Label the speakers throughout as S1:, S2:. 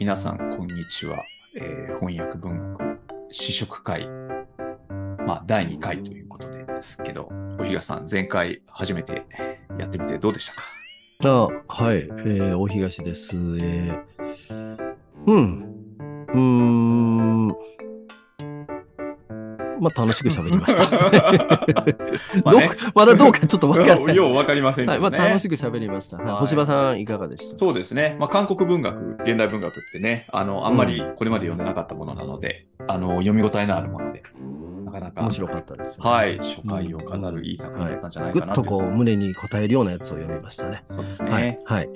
S1: 皆さん、こんにちは。えー翻訳文学試食会、まあ、第2回ということですけど、小平さん、前回初めてやってみてどうでしたか
S2: あはい、えー、大東です。えーうん。うーん。まあ、楽しく喋りました。
S1: まあね
S2: どうまだどうかちょっとわからな い。
S1: ようわかりませんけ
S2: はい、ま
S1: ど
S2: あ、
S1: ね。
S2: 楽しく喋りました。はい
S1: はい
S2: 星葉さん、いかがでした
S1: そうですね。まあ、韓国文学、現代文学ってね、あの、あんまりこれまで読んでなかったものなので、あの、読み応えのあるもので、なかなか、
S2: 面白かったです、
S1: はい、初回を飾るいい作品だったんじゃない
S2: ぐ
S1: か
S2: っ
S1: な
S2: と
S1: いう
S2: こう、胸に応えるようなやつを読みましたね。
S1: そうですね。
S2: はい。はい。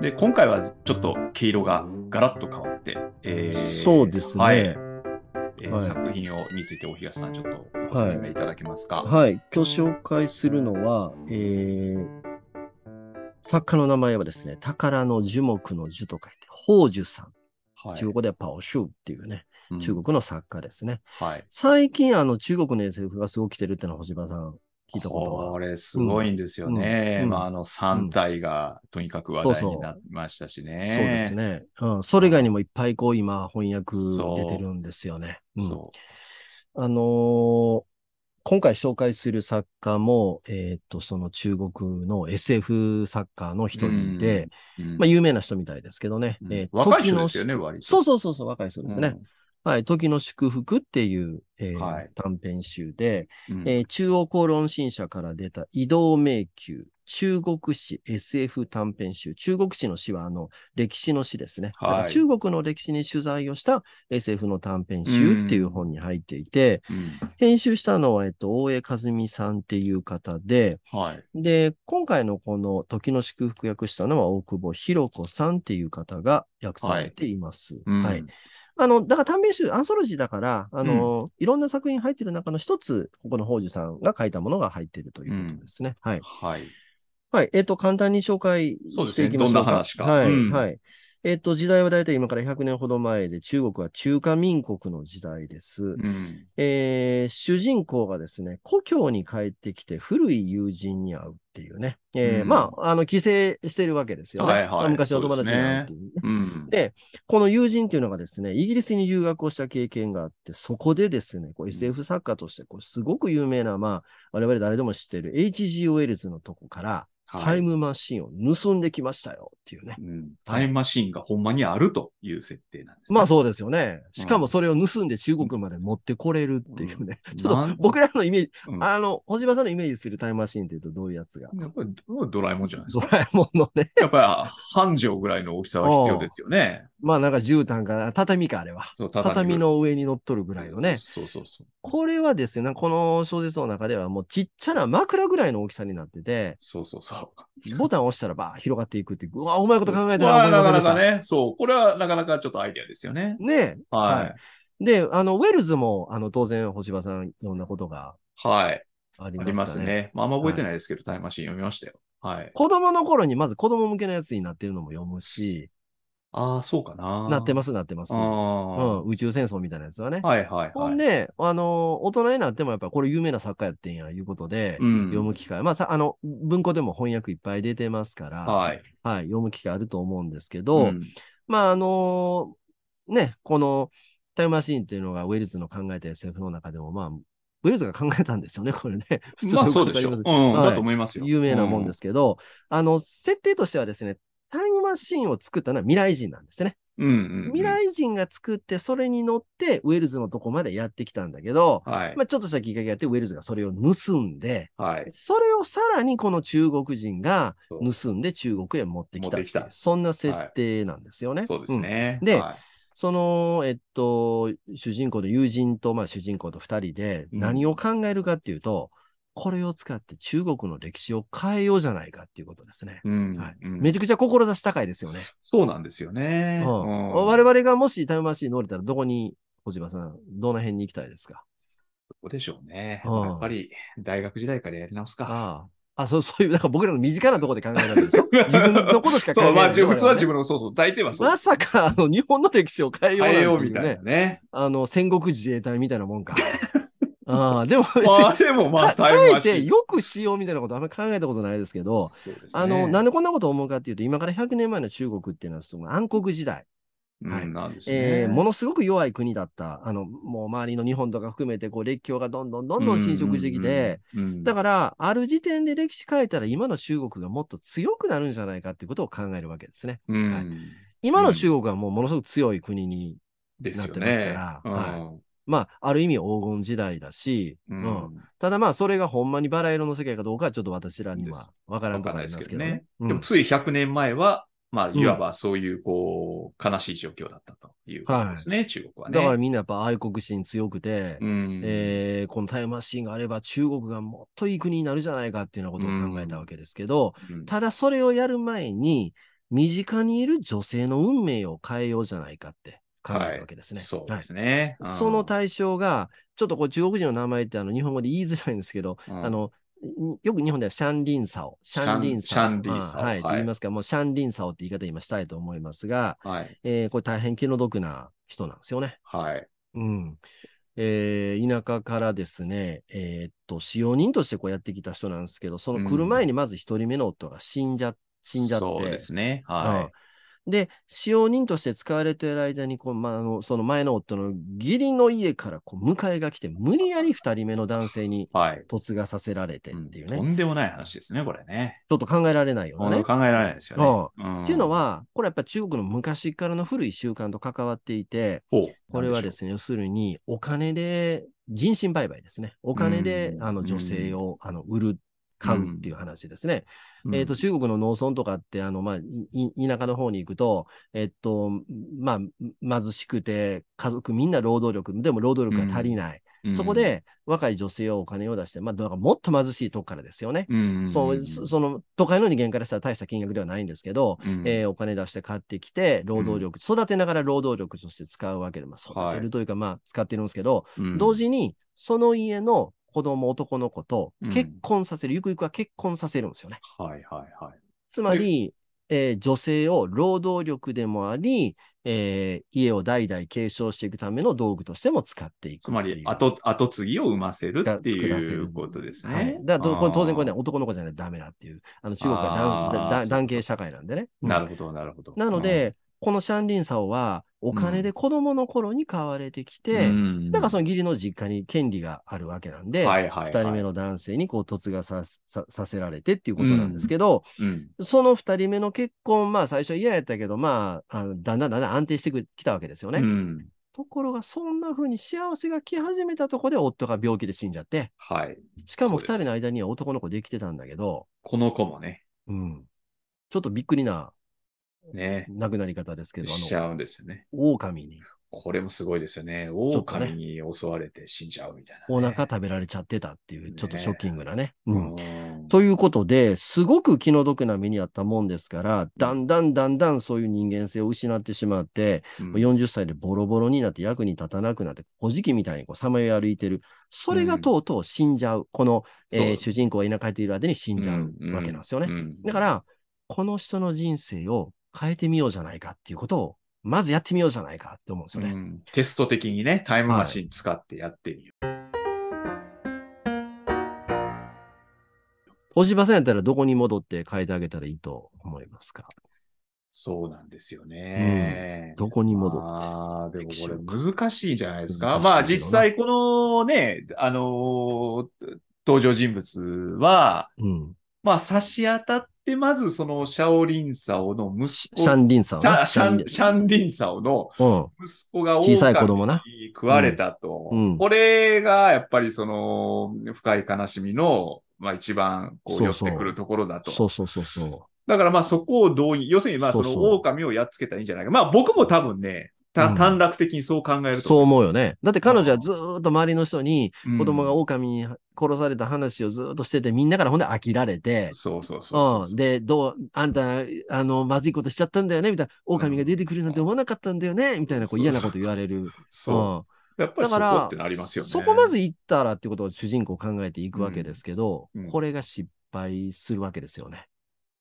S1: で、今回はちょっと毛色がガラッと変わって、えー
S2: そうですね。
S1: はいえー
S2: はい
S1: 作品をについて大東さん、ちょっとご説明いただけますか。
S2: はい、今日紹介するのは、えー、作家の名前はですね、宝の樹木の樹と書いて、宝樹さん。
S1: は
S2: 中国ではパオシュウっていうね、
S1: うん
S2: 中国の作家ですね。
S1: はい。
S2: 最近、あの、中国の SF がすごく来てるってのは、星葉さん聞いたこと
S1: こ
S2: は。
S1: れすごいんですよね。
S2: うんうん
S1: まあ、あの、3体がとにかく話題になりましたしね。
S2: そうですね、うん。それ以外にもいっぱいこう今翻訳出てるんですよね。うん
S1: そ
S2: あのー今回紹介する作家も、えーっと、その中国の SF 作家の一人で、
S1: う。うん
S2: まあ、有名な人みたいですけどね。
S1: うん
S2: えー
S1: 若い人ですよ
S2: 時の
S1: ね、割と。
S2: そう
S1: う
S2: そうそうそう、若い人ですね。はい。時の祝福っていう、えー
S1: はい
S2: 短編集で、
S1: ん。うん
S2: えー中央公論新社から出た移動迷宮、中国史 SF 短編集。中国史の史は、あの、歴史の史ですね。
S1: はい
S2: だから中国の歴史に取材をした SF の短編集っていう本に入っていて、
S1: うん
S2: 編集したのは、えっと、大江和美さんっていう方で、
S1: はい。
S2: で、今回のこの時の祝福訳したのは大久保弘子さんっていう方が訳されています。
S1: うん
S2: はい。あの、だから短編集、アンソロジーだから、あの、いろんな作品入ってる中の一つ、ここの宝珠さんが書いたものが入ってるということですね。はい。
S1: はい。
S2: はい。えっ、と、簡単に紹介
S1: そうで
S2: し
S1: す
S2: て
S1: ね
S2: いきましょ
S1: ど
S2: うか。
S1: んな話か
S2: はい。
S1: うん
S2: はい。えっ、と、時代は大体今から100年ほど前で、中国は中華民国の時代です。
S1: うん。
S2: えー主人公がですね、故郷に帰ってきて古い友人に会うっていうね。えー
S1: うん
S2: まあ、あの、帰省してるわけですよね。
S1: はいはい
S2: 昔の友達に会うっていうね、
S1: うん。
S2: でこの友人っていうのがですね、イギリスに留学をした経験があって、そこでですね、こう SF 作家として、こうすごく有名な、まあ、我々誰でも知ってる H.G. ウェルズのとこから、
S1: はい
S2: タイムマシンを盗んできましたよっていうね。
S1: うんタイムマシーンがほんまにあるという設定なんですね、
S2: まあそうですよね。しか
S1: うん
S2: もそれを盗んで中国まで持ってこれるっていうね。
S1: うん
S2: ちょっ
S1: なん
S2: と僕らのイメージ、
S1: うん
S2: あの、小島さんのイメージするタイムマシーンっていうとどういうやつが
S1: やっぱりドラえもんじゃないです
S2: ド
S1: か。
S2: ラえもんのね。
S1: やっぱり半畳ぐらいの大きさは必要ですよね。
S2: まあなんか絨毯かな。畳か、あれは。
S1: そう
S2: 畳の上に乗っとるぐらいのね。
S1: そうそうそう。
S2: これはですね、なんかこの小説の中ではもうちっちゃな枕ぐらいの大きさになってて、
S1: そうそうそう。
S2: ボタンを押したらばー広がってい くっていう、うわ、うまいこと考えた
S1: ま
S2: な
S1: あ
S2: 思いま
S1: な
S2: せ
S1: か
S2: んで
S1: な
S2: した
S1: か。ね、そう、これはなかなかちょっとアイデアですよね。
S2: ね
S1: は
S2: え。で、あの、ウェルズも、あの、当然、星葉さん読んだことが
S1: い。はい。
S2: あり
S1: あ
S2: ますかね。
S1: りますね。まあ、あんま覚えてないですけど、タイムマシーン読みましたよ。はい。
S2: 子供の頃にまず子供向けのやつになってるのも読むし、
S1: ああ、そうかな。
S2: なって
S1: ま
S2: ます、なってます。
S1: あ
S2: う
S1: あ。
S2: ん、宇宙戦争みたいなやつはね。
S1: はいはい
S2: ほ
S1: は
S2: ん
S1: い。
S2: で、あのー大人になってもやっぱこれ有名な作家やってんや、いうことで、
S1: うん
S2: 読む機会。まあさ、あの、文庫でも翻訳いっぱい出てますから、は
S1: はい。
S2: い、読む機会あると思うんですけ
S1: う
S2: ど、
S1: ん
S2: まあ、あのーね、このタイムマシーンっていうのがウェルズの考えた SF の中でも、まあ、ウェルズが考えたんですよね、 これね。ちょっと
S1: まあ、
S2: よく
S1: そ
S2: わ
S1: う
S2: か
S1: でし
S2: り
S1: ょう。
S2: ま
S1: う
S2: せ
S1: ん
S2: ん。
S1: だ
S2: はい
S1: と思いますよ。
S2: 有名なもんですけど、あの、設定としてはですね、タイムマシンを作ったのは未来人なんですね。
S1: うん。うんうんうん
S2: 未来人が作って、それに乗って、ウェルズのとこまでやってきたんだけど、
S1: はい
S2: ま。あ、ちょっとしたきっかけがあって、ウェルズがそれを盗んで、
S1: はい。
S2: それをさらにこの中国人が
S1: そう
S2: 盗んで中国へ持ってきたって
S1: 持っ
S2: いう
S1: てきた
S2: そんな設定なんですよね。
S1: そうです
S2: ん
S1: ね。
S2: で
S1: はい
S2: その、えっと、主人公の友人と、まあ、主人公と二人で
S1: うん
S2: 何を考えるかっていうと、これを使って中国の歴史を変えようじゃないかっていうことですね。
S1: うん
S2: はい
S1: うん
S2: めちゃくちゃ志高いですよね。
S1: そうなんですよ ね。
S2: うん
S1: うん
S2: 我々がもしタイムマシンに乗れたらどこに、小島さん、どの辺に行きたいですか
S1: どうでしょうね。
S2: うん
S1: やっぱり大学時代からやり直すか。
S2: ああ。あ、そう、そういう、なんか僕らの身近なところで考えたん でしょ自分のことしか考
S1: そ
S2: えな
S1: う、
S2: い。
S1: まあ、自分普通は自
S2: 分。
S1: 分の、そうそう、大抵はそう
S2: ま。さか、あの、日本の歴史を変えような
S1: 変
S2: ん
S1: え
S2: て
S1: よう
S2: い
S1: み
S2: う
S1: たい
S2: ね
S1: な。ね。
S2: あの、戦国自衛隊みたいなもん か。ああ、でも別に、
S1: まあ、でもまあ、
S2: か
S1: タイム
S2: 変え
S1: マシ
S2: て
S1: ン。
S2: よくしようみたいなことあんまり考えたことないですけど、
S1: そうですね
S2: あの、なんでこんなこと思うかっていうと、今から100年前の中国っていうのは、その暗黒時代、
S1: うん
S2: はい
S1: なんですね。
S2: えーものすごく弱い国だった。あの、もう周りの日本とか含めて、こう、列強がどんどんどんどん侵食してきて、
S1: うんうんうん、
S2: だ
S1: か
S2: から、ある時点で歴史変えたら今の中国がもっと強くなるんじゃないかっていうことを考えるわけですね。
S1: ら、うん
S2: はい今の中国はもうものすごく強い国に、
S1: ですよ
S2: なって
S1: ね。
S2: ますからまあ、ある意味黄金時代だし、
S1: うん
S2: う
S1: うん
S2: ただまあ、それがほんまにバラ色の世界かどうかはちょっと私らに
S1: です
S2: はわからんところありますけどね。
S1: でもつい100年前は、まあ、いわばそういう、こう、悲しい状況だったということですね、中国
S2: う
S1: は
S2: ん
S1: ね。
S2: だからみんなやっぱ愛国心強くて、
S1: うん、
S2: えーこのタイムマシンがあれば中国がもっといい国になるじゃないかっていうようなことを考えたわけですけど、
S1: うん
S2: ただそれをやる前に、身近にいる女性の運命を変えようじゃないかって考えたわけですね。
S1: そう
S2: はい
S1: ですね。うん
S2: その対象が、ちょっとこう中国人の名前ってあの日本語で言いづらいんですけど、
S1: うん
S2: あの、んよく日本ではシャンリンサオ、シャンリンサオ、
S1: シャンシャンリンサオ
S2: まあはい、
S1: はい
S2: と言いますか、もうシャンリンサオって言い方今したいと思いますが、
S1: はい。
S2: えーこれ大変気の毒な人なんですよね。
S1: はい。
S2: うん。えー田舎からですね、えーっと、使用人としてこうやってきた人なんですけど、その来る前にまず一人目の夫が死んじゃ、死んじゃって。
S1: そうですね。
S2: うん
S1: は
S2: で、使用人として使われている間にこう、まあ、あのその前の夫の義理の家からこう迎えが来て、無理やり二人目の男性に
S1: い。はい。
S2: 嫁がさせられてっていうね、
S1: うんとんでもない話ですね、これね。
S2: ちょっと考えられないよう
S1: 考
S2: なね。
S1: えられないですよね。ん
S2: っていうの、は、これやっぱ中国の昔からの古い習慣と関わっていて、
S1: ほう
S2: これはですね、要するに、お金で、人身売買ですね。お金で
S1: う、ん
S2: あの、女性を、あの、売る、買うっていう話です
S1: なん
S2: ね。
S1: でしょう
S2: えっと、中国の農村とかって、あの、まあ、いい田舎の方に行くと、えっと、まあ、貧しくて、家族みんな労働力、でも労働力が足りない。
S1: うん
S2: そこ、で、若い女性をお金を出して、まあ、だからもっと貧しいとこからですよね。
S1: うん
S2: そう、そその、都会の人間からしたら大した金額ではないんですけど、
S1: うん
S2: えーお金出して買ってきて、労働力、育てながら労働力として使うわけで、まあ、
S1: はい
S2: 育てるというか、まあ、使ってるんですけど、
S1: うん
S2: 同時に、その家の子供、男の子と
S1: うん
S2: 結婚させる、ゆくゆくは結婚させるんですよね。
S1: はいはいはい。
S2: つまり、えー女性を労働力でもあり、えー家を代々継承していくための道具としても使っていくって
S1: つ
S2: いう
S1: まり、後、後継ぎを生ませるって
S2: が作らせ
S1: い
S2: る
S1: うことです
S2: は
S1: ね
S2: い。だからどこれ当然これね、
S1: あー
S2: 男の子じゃないとダメだっていう、あの中国は
S1: あ
S2: 男
S1: ー
S2: だだ
S1: そう
S2: 男系社会なんでね。うん
S1: なるほど、なるほど。
S2: なので、このシャンリンサオは、お金で子供の頃に買われてき
S1: うん、
S2: て、
S1: うん
S2: だからその義理の実家に権利があるわけなんで、二、
S1: はいはいはい
S2: 人目の男性にこう嫁がさささせられてっていうことなんですけど、
S1: うん
S2: その二人目の結婚、まあ最初は嫌やったけど、まあ、あのだんだんだんだん安定してきたわけですよね。
S1: うん
S2: ところが、そんな風に幸せが来始めたところで夫が病気で死んじゃって、
S1: はい。
S2: しかも
S1: そ
S2: 二
S1: うです
S2: 人の間には男の子できてたんだけど、
S1: この子もね、
S2: うん、ちょっとびっくりな
S1: ね、
S2: 亡くなり方ですけど、
S1: しち
S2: あの、
S1: ゃうんですよね。
S2: 狼に。
S1: これもすごいですよね。
S2: ょっとね
S1: 狼に襲われて死んじゃうみたいな
S2: お
S1: ね、
S2: 腹食べられちゃってたっていう、
S1: ね
S2: ちょっとショッキングなね。
S1: う
S2: うん
S1: ん。
S2: ということで、すごく気の毒な目にあったもんですから、だんだんだんだんそういう人間性を失ってしまって、
S1: うん
S2: 40歳でボロボロになって役に立たなくなって、小じきみたいにさまよい歩いてる。それがとうとう死んじゃう。この、えー
S1: そう
S2: 主人公が田舎へいている間に死んじゃうわけなんですよね。
S1: うん
S2: だから、この人の人生を変えてみようじゃないかっていうことを、まずやってみようじゃないかって思うんですよね。
S1: うんテスト的にね、タイムマシン使ってやってみよ
S2: 小島さんやったらどこに戻って変えてあげたらいいと思いますか
S1: う。そうなんですよね。
S2: どこに戻って。
S1: ああ、でも
S2: 歴史
S1: こ
S2: を
S1: れ難しいんじゃないですか。
S2: 難しいけどな
S1: まあ実際このね、あのー登場人物は、
S2: うん。
S1: まあ差し当たってまずそのシャオリンサオの息
S2: シ
S1: 子、
S2: ャンリンさん
S1: シャ
S2: な。
S1: シャン
S2: リン
S1: シャンリンサオの
S2: うん。
S1: 息子が
S2: 小さい子供な
S1: 狼に食われたと。
S2: うんうん
S1: これがやっぱりその深い悲しみの、まあ、一番こう
S2: そ
S1: 寄
S2: う
S1: っ
S2: そう
S1: てくるところだと。
S2: そうそうそうそ
S1: だからまあそこをどうに、要するにまあそ
S2: そ
S1: の
S2: うそう
S1: 狼をやっつけたらいいんじゃないか。まあ僕も多分ね、た
S2: うん
S1: 短絡的にそう考え
S2: う。
S1: る
S2: そう
S1: と。
S2: 思うよね。だって彼女はずーっと周りの人に
S1: うん
S2: 子供が狼に殺された話をずーっとしてて、みんなからほんで飽きられて、
S1: そうそうそう
S2: う
S1: そ
S2: ん。
S1: う。
S2: で、どう、あんた、あの、まずいことしちゃったんだよね、みたいな。狼が出てくるなんて思わなかったんだよね、みたいなこう嫌なこと言われる。。
S1: そうう。やっぱり
S2: だ
S1: そ
S2: か
S1: こ
S2: ら
S1: ってなりますよね。
S2: そこまず行ったらってことを主人公考えていくわけですけど、
S1: うんうん
S2: これが失敗するわけですよね。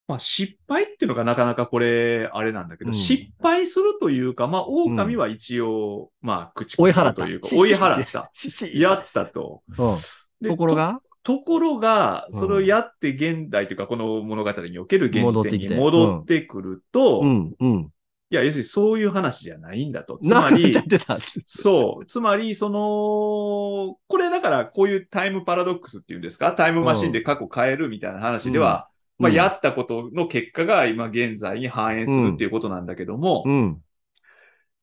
S1: まあ失敗っていうのがなかなかこれ、あれなんだけど、
S2: うん
S1: 失敗するというか、まあ狼は一応、まあ口
S2: 追い払った
S1: というか、
S2: し
S1: 追い 払った。
S2: しし
S1: やったと。
S2: う
S1: で
S2: ん、ところが、
S1: ところが、
S2: うん
S1: それをやって現代というか、この物語における現
S2: 戻っ
S1: 時
S2: て
S1: 点
S2: き
S1: に
S2: て
S1: 戻ってくると、
S2: うん、うん、
S1: いや、要するにそういう話じゃないんだと。つ
S2: な
S1: ま
S2: くなっ
S1: り
S2: ちゃ、ってた。
S1: そう。つまり、その、これだからこういうタイムパラドックスっていうんですか、タイムマシンで過去変えるみたいな話では、まあ、やったことの結果が今現在に反映するっていうことなんだけども、
S2: うん。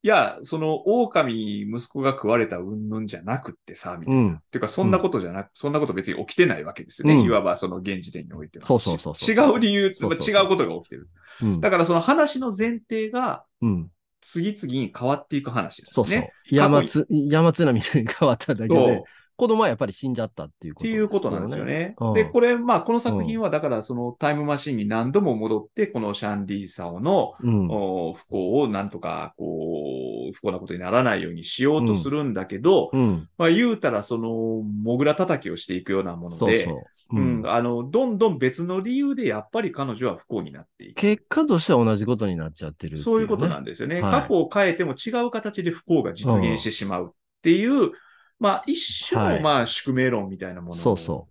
S1: いや、その、狼に息子が食われた云々じゃなくってさ、みた
S2: う
S1: いな。
S2: ん。
S1: っていうか、そんなことじゃなく、そんなこと別に起きてないわけですよね。
S2: うん
S1: いわばその現時点においては。
S2: そうそうそうそう
S1: 違う理由、
S2: そうそうそう
S1: まあ違うことが起きてる。
S2: うん。
S1: だからその話の前提が
S2: うん。
S1: 次々に変わっていく話です
S2: そ
S1: ね。
S2: うそう。
S1: に
S2: 山津、山津波に変わっただけ
S1: そう
S2: で、子供はやっぱり死んじゃったってい
S1: っ
S2: うこと
S1: て
S2: です
S1: い
S2: よね。
S1: うことなんですよね。
S2: うん
S1: で、これ、まあ、この作品は、だから、そのタイムマシンに何度も戻って、このシャンディーサオの、
S2: うん。
S1: お不幸をなんとか、こう、不幸なことにならないようにしようとするんだけど、
S2: うん。
S1: まあ、言うたら、その、モグラ叩きをしていくようなもので、
S2: そうそう。う
S1: うんん、。あの、どんどん別の理由で、やっぱり彼女は不幸になっていく。
S2: 結果としては同じことになっちゃってるって
S1: そういうことな
S2: ね
S1: んですよね。
S2: はい
S1: 過去を変えても違う形で不幸が実現してしまうっていう、まあ一種の、
S2: はい
S1: まあ宿命論みたいなもの、
S2: そうそう。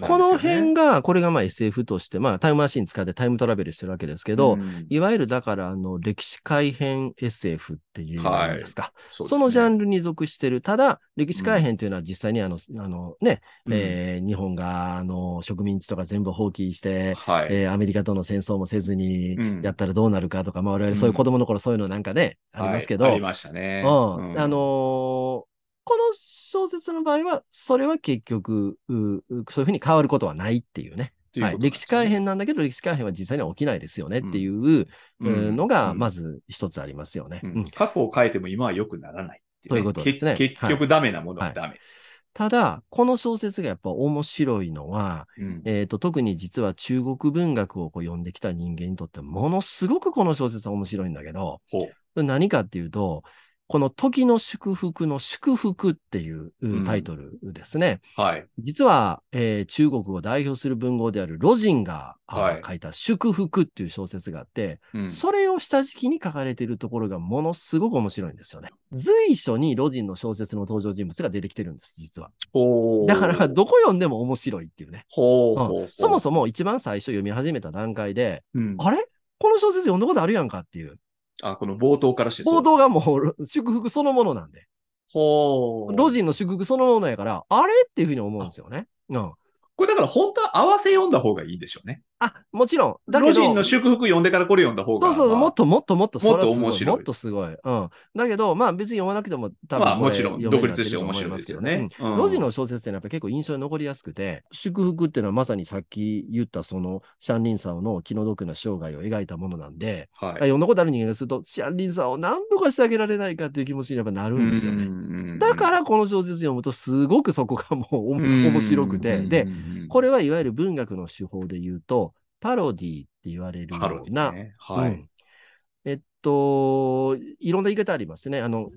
S1: う
S2: この辺が、これがまあ SF として、まあタイムマシン使ってタイムトラベルしてるわけですけど、いわゆるだからあの歴史改変 SF っていうんですか。
S1: そ
S2: そのジャ
S1: ン
S2: ンルに属してる。ただ、歴史改変というのは実際にあの、あのね、えー日本があの植民地とか全部放棄して、
S1: はい、
S2: えーアメリカとの戦争もせずに
S1: うん
S2: やったらどうなるかとか、まあ我々そういう子供の頃そういうのなんかね、ありますけど、
S1: はいありましたね。
S2: うん
S1: うん
S2: あのーこの小説の場合は、それは結局、ううそういうふうに変わることはないっていうね。
S1: という
S2: はい、
S1: ことなんで
S2: 歴史
S1: すよね
S2: 改変なんだけど、歴史改変は実際には起きないですよねっていう
S1: う
S2: うんのが、ま
S1: ず、
S2: ず一つありますよね。
S1: う
S2: うん
S1: ん過去を変えても今は良くならないってね
S2: ということですね
S1: け結局ダメなものはダメ。
S2: ただ、この小説がやっぱ面白いのは、
S1: うん
S2: えー、と特に実は中国文学をこう読んできた人間にとってものすごくこの小説は面白いんだけど、
S1: ほう
S2: これ何かっていうと、この時の祝福の祝福っていううんタイトルですね。
S1: はい。
S2: 実は、えー中国を代表する文豪である魯迅が、あ
S1: はい
S2: 書いた祝福っていう小説があって、
S1: うん
S2: それを下敷きに書かれているところがものすごく面白いんですよね。随所に魯迅の小説の登場人物が出てきてるんです、実は。
S1: ほう
S2: だから、どこ読んでも面白いっ ていうね。
S1: ほう
S2: うん
S1: ほうほう
S2: そもそも一番最初読み始めた段階で、
S1: うん
S2: あれこの小説読んだことあるやんかっていう。
S1: あ、この冒頭からして
S2: 報道がもう祝福そのものなんで。
S1: ほう。
S2: ロジンの祝福そのものやから、あれっていうふうに思うんですよね。うん。
S1: これだから本当は合わせ読んだ方がいいでしょうね。
S2: あ、もちろん。だけど。
S1: ロジンの祝福読んでからこれ読んだ方が。
S2: そうそう、
S1: まあ
S2: もっともっともっと、
S1: もっと
S2: そらすご
S1: 面白い
S2: もっとすごい。うん。だけど、まあ別に読まなくても多分、
S1: まあもちろん
S2: 読めるようにな
S1: 独立
S2: ってる
S1: して
S2: と思
S1: 面白い
S2: ま
S1: ですよね
S2: うん
S1: うん
S2: ロジの小説っていうのはやっぱ結構印象に残りやすくて、祝福っていうのはまさにさっき言ったその、シャンリンさんの気の毒な生涯を描いたものなんで、
S1: はい。
S2: 読んだことある人間がすると、シャンリンさんを何とかしてあげられないかっていう気持ちにやっぱなるんですよね。
S1: ね
S2: だからこの小説読むとすごくそこがもうおも面白くて、で、、こ
S1: れ
S2: れはいわゆる文学の手法で言うと、パロディって言われるような、
S1: は
S2: う
S1: い。
S2: んえっと、いろんな言い方ありますね。あの、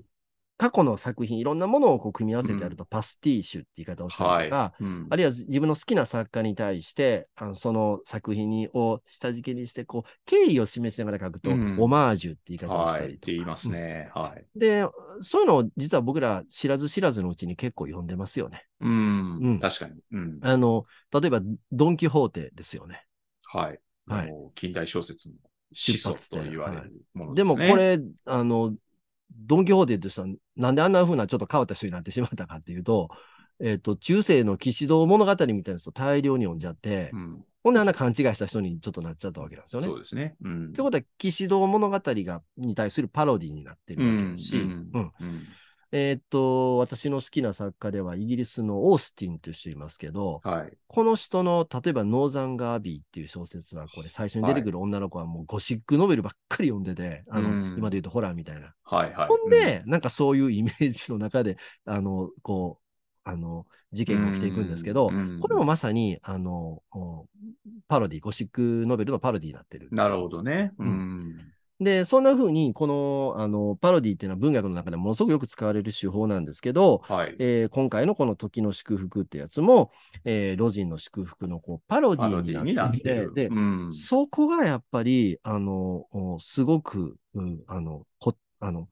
S2: 過去の作品、いろんなものをこう組み合わせてやると、パスティッシュって言い方をしたりとか、
S1: はい。うん
S2: あるいは自分の好きな作家に対して、あのその作品にを下敷きにして、こう、敬意を示しながら書くと、
S1: うん
S2: オマージュって言い方をし
S1: は
S2: た
S1: い。っ
S2: り
S1: て
S2: とか。
S1: 言いますね。はい。
S2: で、そういうのを実は僕ら知らず知らずのうちに結構読んでますよね。
S1: う
S2: うん
S1: ん。確かに。うん。
S2: あの、例えば、ドン・キホーテですよね。
S1: はい。
S2: は
S1: あ
S2: い
S1: の近代小説の始祖と言われるもの
S2: で
S1: です
S2: も
S1: ね。
S2: これ、あの、ドン・キホーテとしたら、なんであんな風なちょっと変わった人になってしまったかっていうと、 えっ、と、中世の騎士道物語みたいなやつを大量に読んじゃって、
S1: うん、
S2: ほんであんな勘違いした人にちょっとなっちゃったわけなんですよね。
S1: そう
S2: っ
S1: ですね。うん
S2: てことは、騎士道物語がに対するパロディになって
S1: う
S2: るわけ
S1: ん
S2: だし、
S1: うん
S2: う
S1: う
S2: ん
S1: ん
S2: えっ、と、私の好きな作家ではイギリスのオースティンという人いますけど、
S1: はい。
S2: この人の、例えば、ノーザンガービーっていう小説は、これ、最初に出てくる女の子はもうゴシックノベルばっかり読んでて、あの、
S1: うん
S2: 今で言うとホラーみたいな。
S1: はい。はい。
S2: ほんで、なんかそういうイメージの中で、 あの、こう、あの、事
S1: うん、
S2: 件が起きていくんですけど、
S1: うん
S2: これもまさに、あの、おパロディ、ゴシックノベルのパロディになってる。
S1: なるほどね。うん。
S2: で、そんな風に、この、あの、パロディっていうのは文学の中でものすごくよく使われる手法なんですけど、
S1: はい。
S2: えー今回のこの時の祝福ってやつも、えー、ロジンの祝福のこうパロデ
S1: パロデ
S2: ィ
S1: ィ
S2: ー
S1: に
S2: に
S1: な
S2: なっ
S1: ってて
S2: て
S1: る。
S2: で、
S1: うん
S2: そこがやっぱり、あの、おすごく、うん、あの、こあの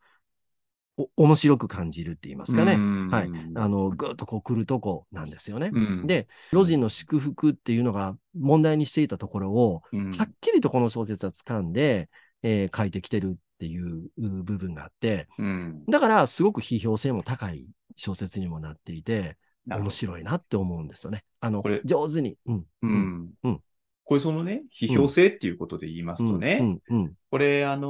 S2: お、面白く感じるって言いますかね。はいあの、ぐーっとこう来るとこなんですよね。
S1: うん、
S2: で、ロジンの祝福っていうのが問題にしていたところを、
S1: うん、
S2: はっきりとこの小説は掴んで、えー書いてきてるっていうう部分があって、
S1: うん。
S2: だからすごく批評性も高い小説にもなっていて、面白いなって思うんですよね。あの
S1: これ、
S2: 上手に。うん。
S1: うん。
S2: うん
S1: これそのね、批評性っていうことで言いますとね、
S2: うん。うん。
S1: これあの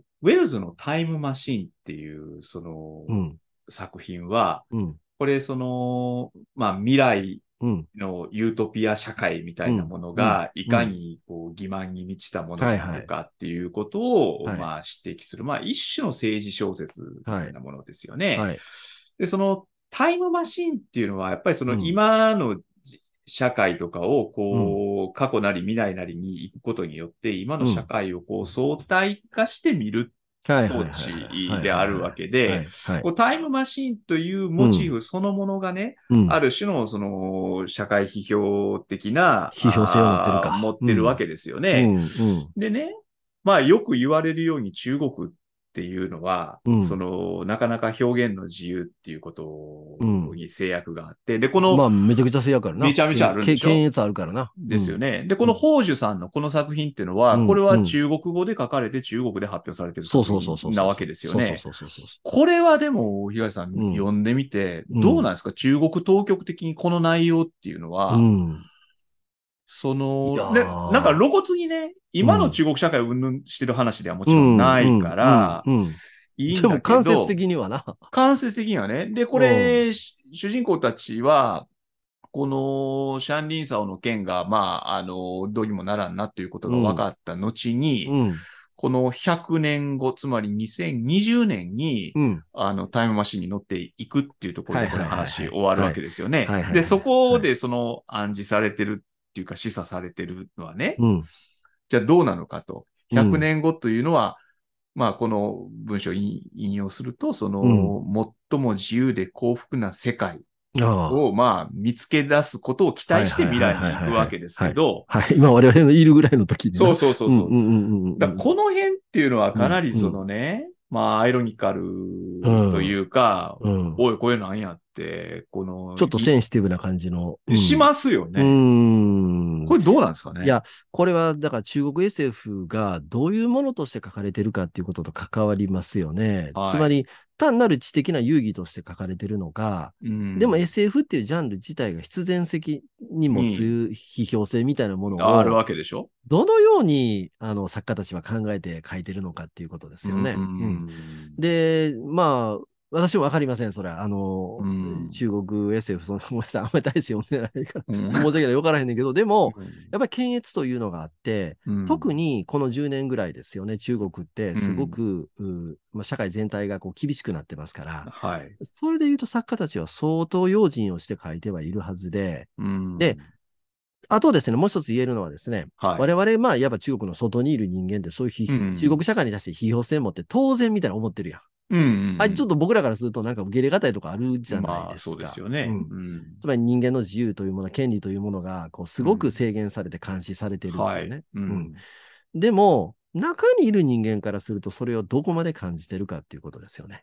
S1: ーウェルズのタイムマシンっていうその、
S2: うん。
S1: 作品は、
S2: うん。
S1: これその、まあ未来
S2: うん。
S1: のユートピア社会みたいなものが、いかにこう欺瞞に満ちたものなのかっていうことを、
S2: はい
S1: まあ指摘する、まあ一種の政治小説みたいなものですよね。
S2: はい。
S1: で、そのタイムマシンっていうのは、やっぱりその
S2: うん
S1: 今のじ社会とかを、こう、過去なり未来なりに行くことによって、今の社会をこう相対化して見る
S2: はい。
S1: 装置であるわけで
S2: はい。はい
S1: こうタイムマシンというモチーフそのものがね、
S2: うん
S1: ある種のその社会批評的な
S2: 批評性を持ってるか
S1: あー持ってるわけですよ
S2: う
S1: ね。
S2: ん。うん
S1: でね、まあよく言われるように中国っていうのは、
S2: うん
S1: そのなかなか表現の自由っていうことに制約があって、で、この、
S2: まあ、めちゃくちゃ制約あるな。
S1: めちゃめちゃあるんでしょ
S2: け検閲あるからな。
S1: ですよ
S2: ね。
S1: ね。で、この宝珠さんのこの作品っていうのは、
S2: うん
S1: これは中国語で書かれて中国で発表されてる
S2: そうそうそうそ
S1: 作
S2: う。
S1: 品なわけですよね。
S2: そうそうそうそうそ
S1: これはでも、東さん、
S2: うん
S1: 読んでみて、
S2: うん
S1: どうなんですか、中国当局的にこの内容っていうのは、
S2: う。うん。
S1: そ
S2: いや
S1: の、
S2: ー
S1: ね、なんか露骨にね、今の中国社会をうんぬんしてる話ではもちろんないから、
S2: うんうんうん
S1: いいん
S2: でも
S1: だけ
S2: 間
S1: ど、
S2: 接的にはな。
S1: 間接的にはね。で、これ、し主人公たちは、このシャンリンサオの件が、まあ、あの、どうにもならんなということが分かった後に、
S2: うん。
S1: この100年後、つまり2020年に、
S2: うん。
S1: あの、タイムマシンに乗っていくっていうところで、
S2: はい
S1: こ
S2: はい
S1: れ
S2: はいはい
S1: 話終わるわけですよね
S2: はいはいは。い
S1: で、そこでその暗示されてるっていうか示唆されてるのはね、
S2: うん。
S1: じゃあどうなのかと。
S2: うん
S1: 100年後というのは、まあ、この文章を引引用すると、その、最も自由で幸福な世界
S2: ああ。
S1: を、まあ、見つけ出すことを期待して未来に行くわけですけど、
S2: はい。今我々のいるぐらいの時にな。
S1: そうそうそうそう。
S2: うんうんうんうん。
S1: だからこの辺っていうのはかなりそのね、まあ、アイロニカルというか、
S2: うん
S1: おい、これなんやって、この、
S2: ちょっとセンシティブな感じの。
S1: いしますよ
S2: う
S1: ね。
S2: ん。うん
S1: これどうなんですかね。
S2: いやこれは、だから中国 SF がどういうものとして書かれてるかっていうことと関わりますよね。
S1: はい
S2: つまり、単なる知的な遊戯として書かれてるのか、
S1: うん、
S2: でも SF っていうジャンル自体が必然的に持つ批評性みたいなもの
S1: ある
S2: を、
S1: わけでしょ
S2: どのようにあの作家たちは考えて書いてるのかっていうことですよね。
S1: うんうん
S2: うんで、まあ、私もわかりません、それは。あの、
S1: うん
S2: 中国 SF、その、ごめんなさい、あんまり大して読んでないから、
S1: うん
S2: 申し訳ない、わからへんねんけど、でも、やっぱり検閲というのがあって、
S1: うん
S2: 特にこの10年ぐらいですよね、中国ってすごく、うまあ、社会全体がこう厳しくなってますから、
S1: はい。
S2: それで言うと作家たちは相当用心をして書いてはいるはずで、
S1: うん
S2: で、あとですね、もう一つ言えるのはですね、
S1: はい、
S2: 我々、まあ、いわば中国の外にいる人間って、そういう批、
S1: うん
S2: 中国社会に対して批評性持って当然みたいな思ってるやん。
S1: うんうんうん
S2: あれちょっと僕らからするとなんか受け入れ難いとかあるじゃない
S1: ま
S2: で
S1: あ、
S2: すか。
S1: そうですよね。
S2: うんつまり人間の自由というもの、権利というものが、こう、すごく制限されて監視されて
S1: う
S2: る
S1: ん
S2: っていうね。
S1: はい。うん
S2: でも、中にいる人間からすると、それをどこまで感じてるかっていうことですよね。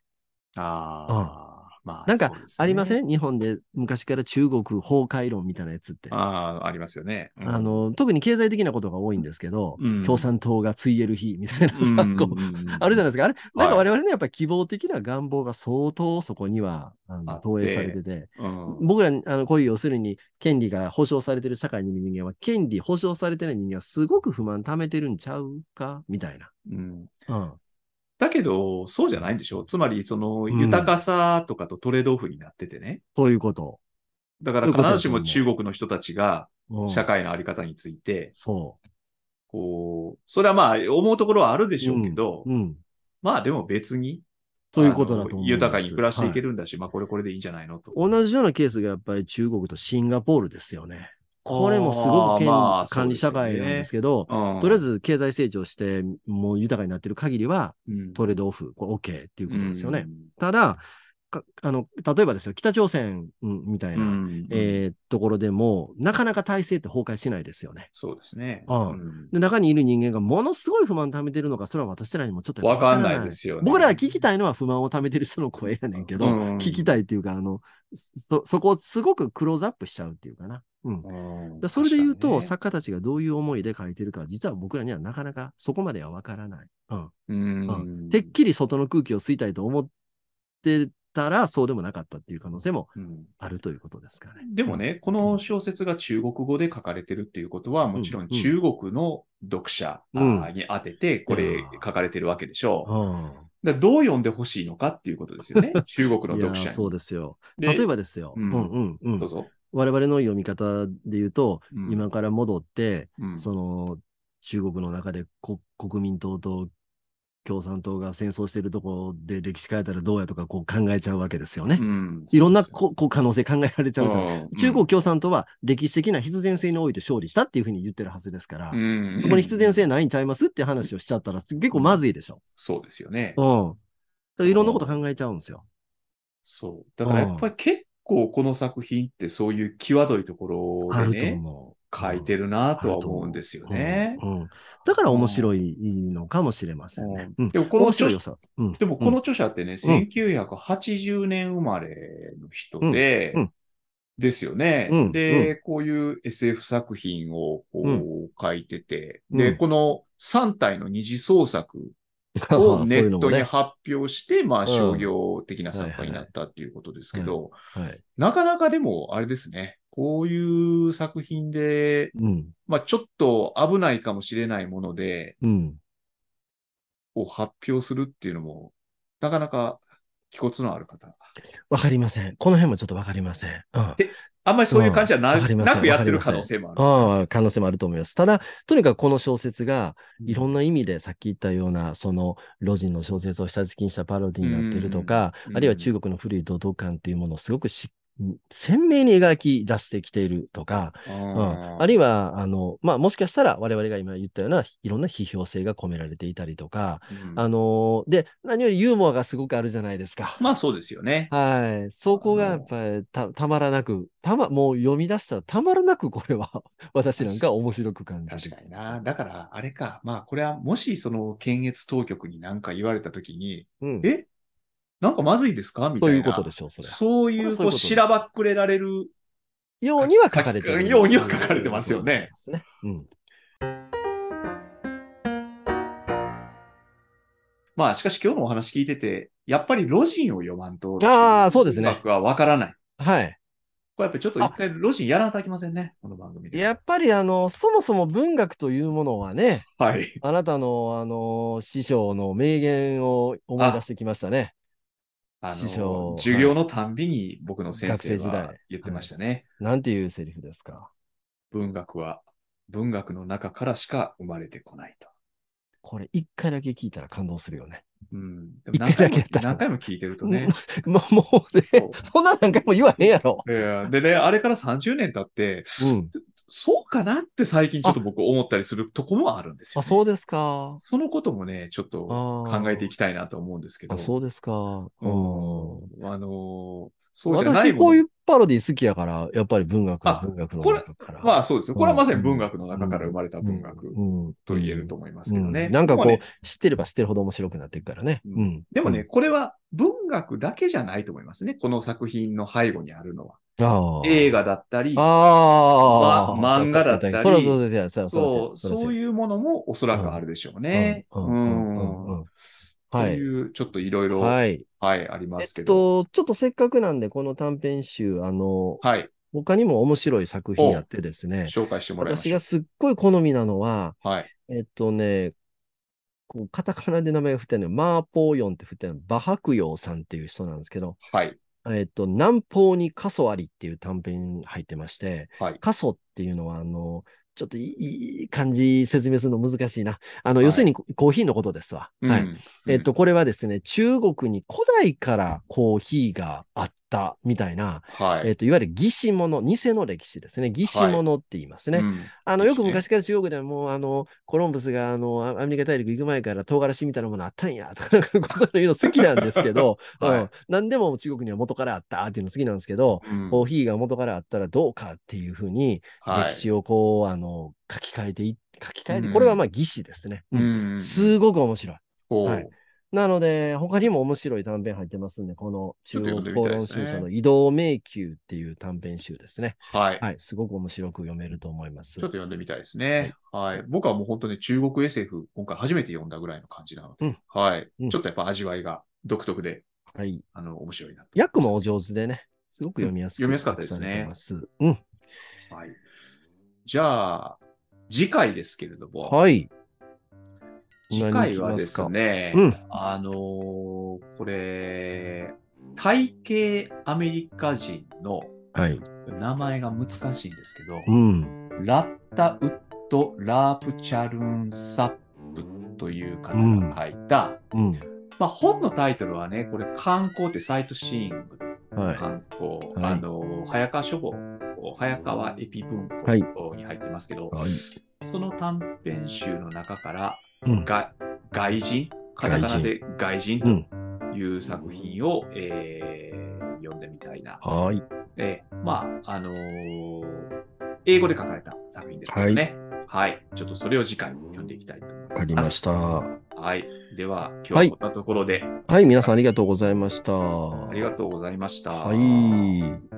S1: ああ、まあ、
S2: なんか
S1: そうですね
S2: ありません日本で昔から中国崩壊論みたいなやつって。
S1: あ
S2: あ
S1: あ、ありますよね。うん
S2: の、特に経済的なことが多いんですけど、
S1: うん
S2: 共産党がついえる日みたいなさ、こうあるじゃ
S1: ない
S2: ないですか。あれ、なんか我々のやっぱ希望的な願望が相当そこには、あの
S1: あって
S2: 投影されてて、
S1: うん
S2: 僕ら、あの、こういう要するに権利が保障されてる社会にいる人間は、権利保障されてない人間はすごく不満溜めてるんちゃうかみたいな。
S1: うん
S2: うん。
S1: だけど、そうじゃないんでしょつまり、その、
S2: ん
S1: 豊かさとかとトレードオフになっててね。
S2: そういうこと。
S1: だから、
S2: そういう
S1: 必
S2: こと
S1: ず
S2: だ
S1: し
S2: と思う
S1: も中国の人たちが、
S2: うん
S1: 社会のあり方について、
S2: そ
S1: こう、それはまあ、思うところはあるでしょうけど
S2: う。、うん。
S1: まあ、でも別に、
S2: ということだと
S1: あ
S2: 思
S1: の
S2: う。
S1: 豊かに暮らしていけ
S2: る、
S1: るんだし、まあ、これこれでいいんじゃないのと。
S2: 同じようなケースがやっぱり中国とシンガポールですよね。これもすごく権
S1: あ
S2: 利、
S1: ーまあ
S2: 管理社会なんですけど、
S1: うん
S2: とりあえず経済成長して、もう豊かになってる限りは、
S1: うん
S2: トレードオフ、これ OK っていうことですよね。
S1: うん
S2: ただかあの、例えばですよ、北朝鮮うんみたいな、
S1: うん
S2: えーところでも、なかなか体制って崩壊しないですよね。
S1: そうですね。
S2: うん
S1: うん
S2: で中にいる人間がものすごい不満溜めてるのか、それは私らにもちょっと
S1: わかん
S2: わ
S1: ないですよね。
S2: 僕らは聞きたいのは不満を溜めてる人の声やねんけど、
S1: うん
S2: 聞きたいっていうか、あの、そ、そこをすごくクローズアップしちゃうっていうかな。うん。だか
S1: うん
S2: らそれで言うと、
S1: 確か
S2: 作家たちがどういう思いで書いてるか、実は僕らにはなかなかそこまではわからない。
S1: うん
S2: うてっきり外の空気を吸いたいと思ってたら、そうでもなかったっていう可能性も
S1: うん
S2: あるということですかね。
S1: でもね、この小説が中国語で書かれてるっていうことは、もちろん中国の読者あ
S2: うん
S1: ーに当てて、こ
S2: い
S1: れ
S2: やー
S1: 書かれてるわけでしょう。
S2: うん。
S1: だからどう読んでほしいのかっていうことですよ ね、中国の
S2: いや
S1: 読者
S2: ー
S1: に。
S2: そうですよ。
S1: で
S2: 例えばですよ。
S1: う
S2: うんんうんう。
S1: どうんぞ。
S2: 我々の読み方で言うと、
S1: うん
S2: 今から戻って、
S1: うん
S2: その中国の中でこ国民党と共産党が戦争してるとこで歴史変えたらどうやとかこう考えちゃうわけですよね。
S1: うん
S2: いろんなここう可能性考えられちゃうんですよ。
S1: うん
S2: 中国共産党は歴史的な必然性において勝利したっていうふうに言ってるはずですから、
S1: うん
S2: そこに必然性ないんちゃいますって話をしちゃったら結構まずいでしょ。
S1: そうですよね。
S2: うん。だからいろんなこと考えちゃうんですよ。
S1: そう。だからやっぱり結構この作品ってそういう際どいとこ
S2: あ
S1: ろ
S2: ると
S1: でね、
S2: 思う。
S1: 書いて
S2: る
S1: るなとは思うんですよね。
S2: うんうんだから面白いのかもしれませんね。うん
S1: でもこの
S2: 面白
S1: 著
S2: い
S1: 者
S2: 良さ。うん
S1: でもこの著者ってね、
S2: うん
S1: 1980年生まれの人で、
S2: うんうん
S1: ですよね。
S2: うん
S1: で、こういう SF 作品をこう、書いてて、で、
S2: うん
S1: この3体の二次創作
S2: うん
S1: を
S2: そ
S1: ネ
S2: ういう
S1: ッ
S2: の
S1: ト
S2: も
S1: に
S2: ね
S1: 発表して、まあ
S2: ん
S1: 商業的な作家になったっていうことですけど、
S2: はい。
S1: なかなかでもあれですね、こういう作品で、
S2: うん。
S1: まあちょっと危ないかもしれないもので、
S2: うん。
S1: を発表するっていうのも、なかなか気骨のある方。
S2: わかりません。この辺もちょっとわかりません。うん。
S1: あんまりそういう感じはな,、
S2: うんわかりません
S1: なくやってる可能性もある。
S2: ああ、可能性もあると思います。ただ、とにかくこの小説が、いろん
S1: な、
S2: な意味で、さっき言ったような、その、路人の小説を下敷きにしたパロディになっているとか
S1: う、ん
S2: あるいは中国の古い道道感っていうものをすごくし鮮明に描き出してきているとか、うんあるいは、あの、まあ、もしかしたら我々が今言ったような、いろんな批評性が込められていたりとか、
S1: うん
S2: あので、何よりユーモアがすごくあるじゃないですか。
S1: まあそうですよね。
S2: はい。そこがやっぱりたたまらなく、たま、もう読み出したらたまらなくこれは 私なんか面白く感じ
S1: 確か。に
S2: る
S1: な。だから、あれか。まあ、これは、もし、その、検閲当局に何か言われたときに、
S2: うん。
S1: えなんかまずいですかみた
S2: と
S1: いな。
S2: いうことでしょう、それ。
S1: そうい
S2: それは
S1: う、
S2: そう
S1: こう、
S2: いうことです
S1: しらばっくれられる。
S2: ようには書かれて
S1: 書
S2: る。
S1: きようには書かれてますよね
S2: そうですね。うん。
S1: まあ、しかし今日のお話聞いてて、やっぱり路人を読まんと、
S2: あーそうですね
S1: 音楽はわからない。
S2: はい。
S1: これやっぱりちょっと一回路人やらなきゃいけませんね。この番組で。
S2: やっぱりあの、そもそも文学というものはね、
S1: はい。
S2: あなたのあの、師匠の名言を思い出してきましたね。
S1: あ
S2: 師
S1: の
S2: 匠、
S1: 授業のたんびに僕の先生
S2: 学生時
S1: は
S2: 代
S1: 言ってましたね。
S2: なんていうセリフですか。
S1: 文学は文学の中からしか生まれてこないと。
S2: これ一回だけ聞いたら感動するよね。
S1: うん、でも
S2: 一
S1: 何
S2: 回
S1: 回も
S2: だけやったら
S1: 何回も聞いてるとね。
S2: まあもうね、そんな何回も言わへんやろ。
S1: いやでね、あれから30年経って、
S2: うん。
S1: そうかなって最近ちょっと僕思ったりするとこもあるんですよ、
S2: あ、
S1: ね。
S2: そうですか。
S1: そのこともね、ちょっと考えていきたいなと思うんですけど。
S2: あ、そうですか。
S1: う
S2: うん。
S1: ん。あのーそうじゃない
S2: 私、
S1: も
S2: こ
S1: の
S2: ういうパロディ好きやから、やっぱり文学
S1: あ
S2: は文学の
S1: これ
S2: 中から。
S1: まあそうですよ。これはまさに
S2: うん
S1: 文学の中から生まれた
S2: あ
S1: 文学
S2: うん、
S1: と言えると
S2: 思
S1: 思いますけどね。
S2: なんかこ
S1: でも
S2: う、
S1: ね
S2: 知ってれば知ってるほど面白くなっていくからね。
S1: う
S2: うんん。
S1: でもね、これは文学だけじゃないと思いますね。この作品の背後にあるのは。
S2: うん、ああ。
S1: 映画だったり、
S2: ああ、
S1: ま漫画だったり
S2: そうそうそうそうそう
S1: そう、そう
S2: う。
S1: いうものもおそらくあるでしょうね。
S2: うんうんうんうん
S1: うん
S2: うん
S1: と
S2: はい。
S1: いう、ちょっといろいろ、は
S2: はい。
S1: い、ありま
S2: え
S1: すけ
S2: っ
S1: ど。
S2: と、ちょっとせっかくなんで、この短編集、あの、
S1: はい、
S2: 他にも面白い作品やってですね、
S1: 紹介してもらいま
S2: 私
S1: しょ
S2: がすっごい好みなのは、
S1: う。はい。
S2: えっとね、こうカタカナで名前が振ってあるの、マーポーヨンって振ってあるの、バハクヨウさんっていう人なんですけど、
S1: はい。
S2: えっと、南方に過疎ありっていう短編入ってまして、
S1: はい。
S2: 過疎っていうのは、あの、ちょっといいいい感じ説明するの難しいな。あの、
S1: はい
S2: 要するにココーヒーのことですわ。
S1: うん
S2: はい。えっ、と、これはですね、中国に古代からコーヒーがあったみたいな、
S1: うんはい。
S2: えっと、いわゆる義士物、偽の歴史ですね。義士物って言いますね。
S1: うん
S2: あの、
S1: で
S2: よ
S1: す
S2: く
S1: ね
S2: 昔から中国ではもう、あの、コロンブスが、あの、アアメリカ大陸行く前から唐辛子みたいなものあったんや、とか、なんかそういうの好きなんです けど、
S1: はい
S2: うん何でも中国には元からあったっていうの好きなんですけど、
S1: うん
S2: コーヒーが元からあったらどうかっていうふうに、
S1: はい
S2: 歴史をこう、あの、書き換えてい、書き換えて、
S1: うん
S2: これはまあ、義士ですね。
S1: うん
S2: すごく面白い。
S1: こう
S2: はいなので、他にも面白い短編入ってますんで、この
S1: ち
S2: 中
S1: ょっと
S2: 央
S1: 読んでみ
S2: 公
S1: たいで
S2: 論
S1: すね
S2: 集者の移動迷宮っていう短編集ですね。
S1: はい。
S2: はい、すごく面白く読めると思います。
S1: ちょっと読んでみたいですね。はい。僕はもう本当に中国 SF、今回初めて読んだぐらいの感じなので、
S2: うん
S1: はい、
S2: うん
S1: ちょっとやっぱ味わいが独特で、
S2: はい。
S1: あの、面白いなと。
S2: 訳もお上手でね、すごく読みやすく、
S1: うん読みやすかったですね
S2: されてます。うん。
S1: はい。じゃあ、次回ですけれども、
S2: はい。
S1: 次回はですね、
S2: うん。
S1: あのーこれ、体系アメリカ人の
S2: はい。
S1: 名前が難しいんですけど、
S2: うん。
S1: ラッタウッド・ラープチャルン・サップという方が書いた、
S2: うん。
S1: まあ、本のタイトルはね、これ、観光ってサイトシーイング、
S2: はい。
S1: 観光、
S2: はい
S1: あの、早川書房、早川エピ文
S2: はい
S1: 庫に入ってますけど、
S2: はい。
S1: その短編集の中から、
S2: うん。
S1: が外人、カタカナで外人
S2: うん。
S1: という作品を、えー読んでみたいな。
S2: はい。
S1: えーまあ、あのー英語で書かれた作品ですけどね。はい、ちょっとそれを次回読んでいきたいと思います。
S2: わかりました。は
S1: はい。では、今日はこんなところで、
S2: い。皆さんありがとうございました。
S1: ありがとうございました。
S2: はい。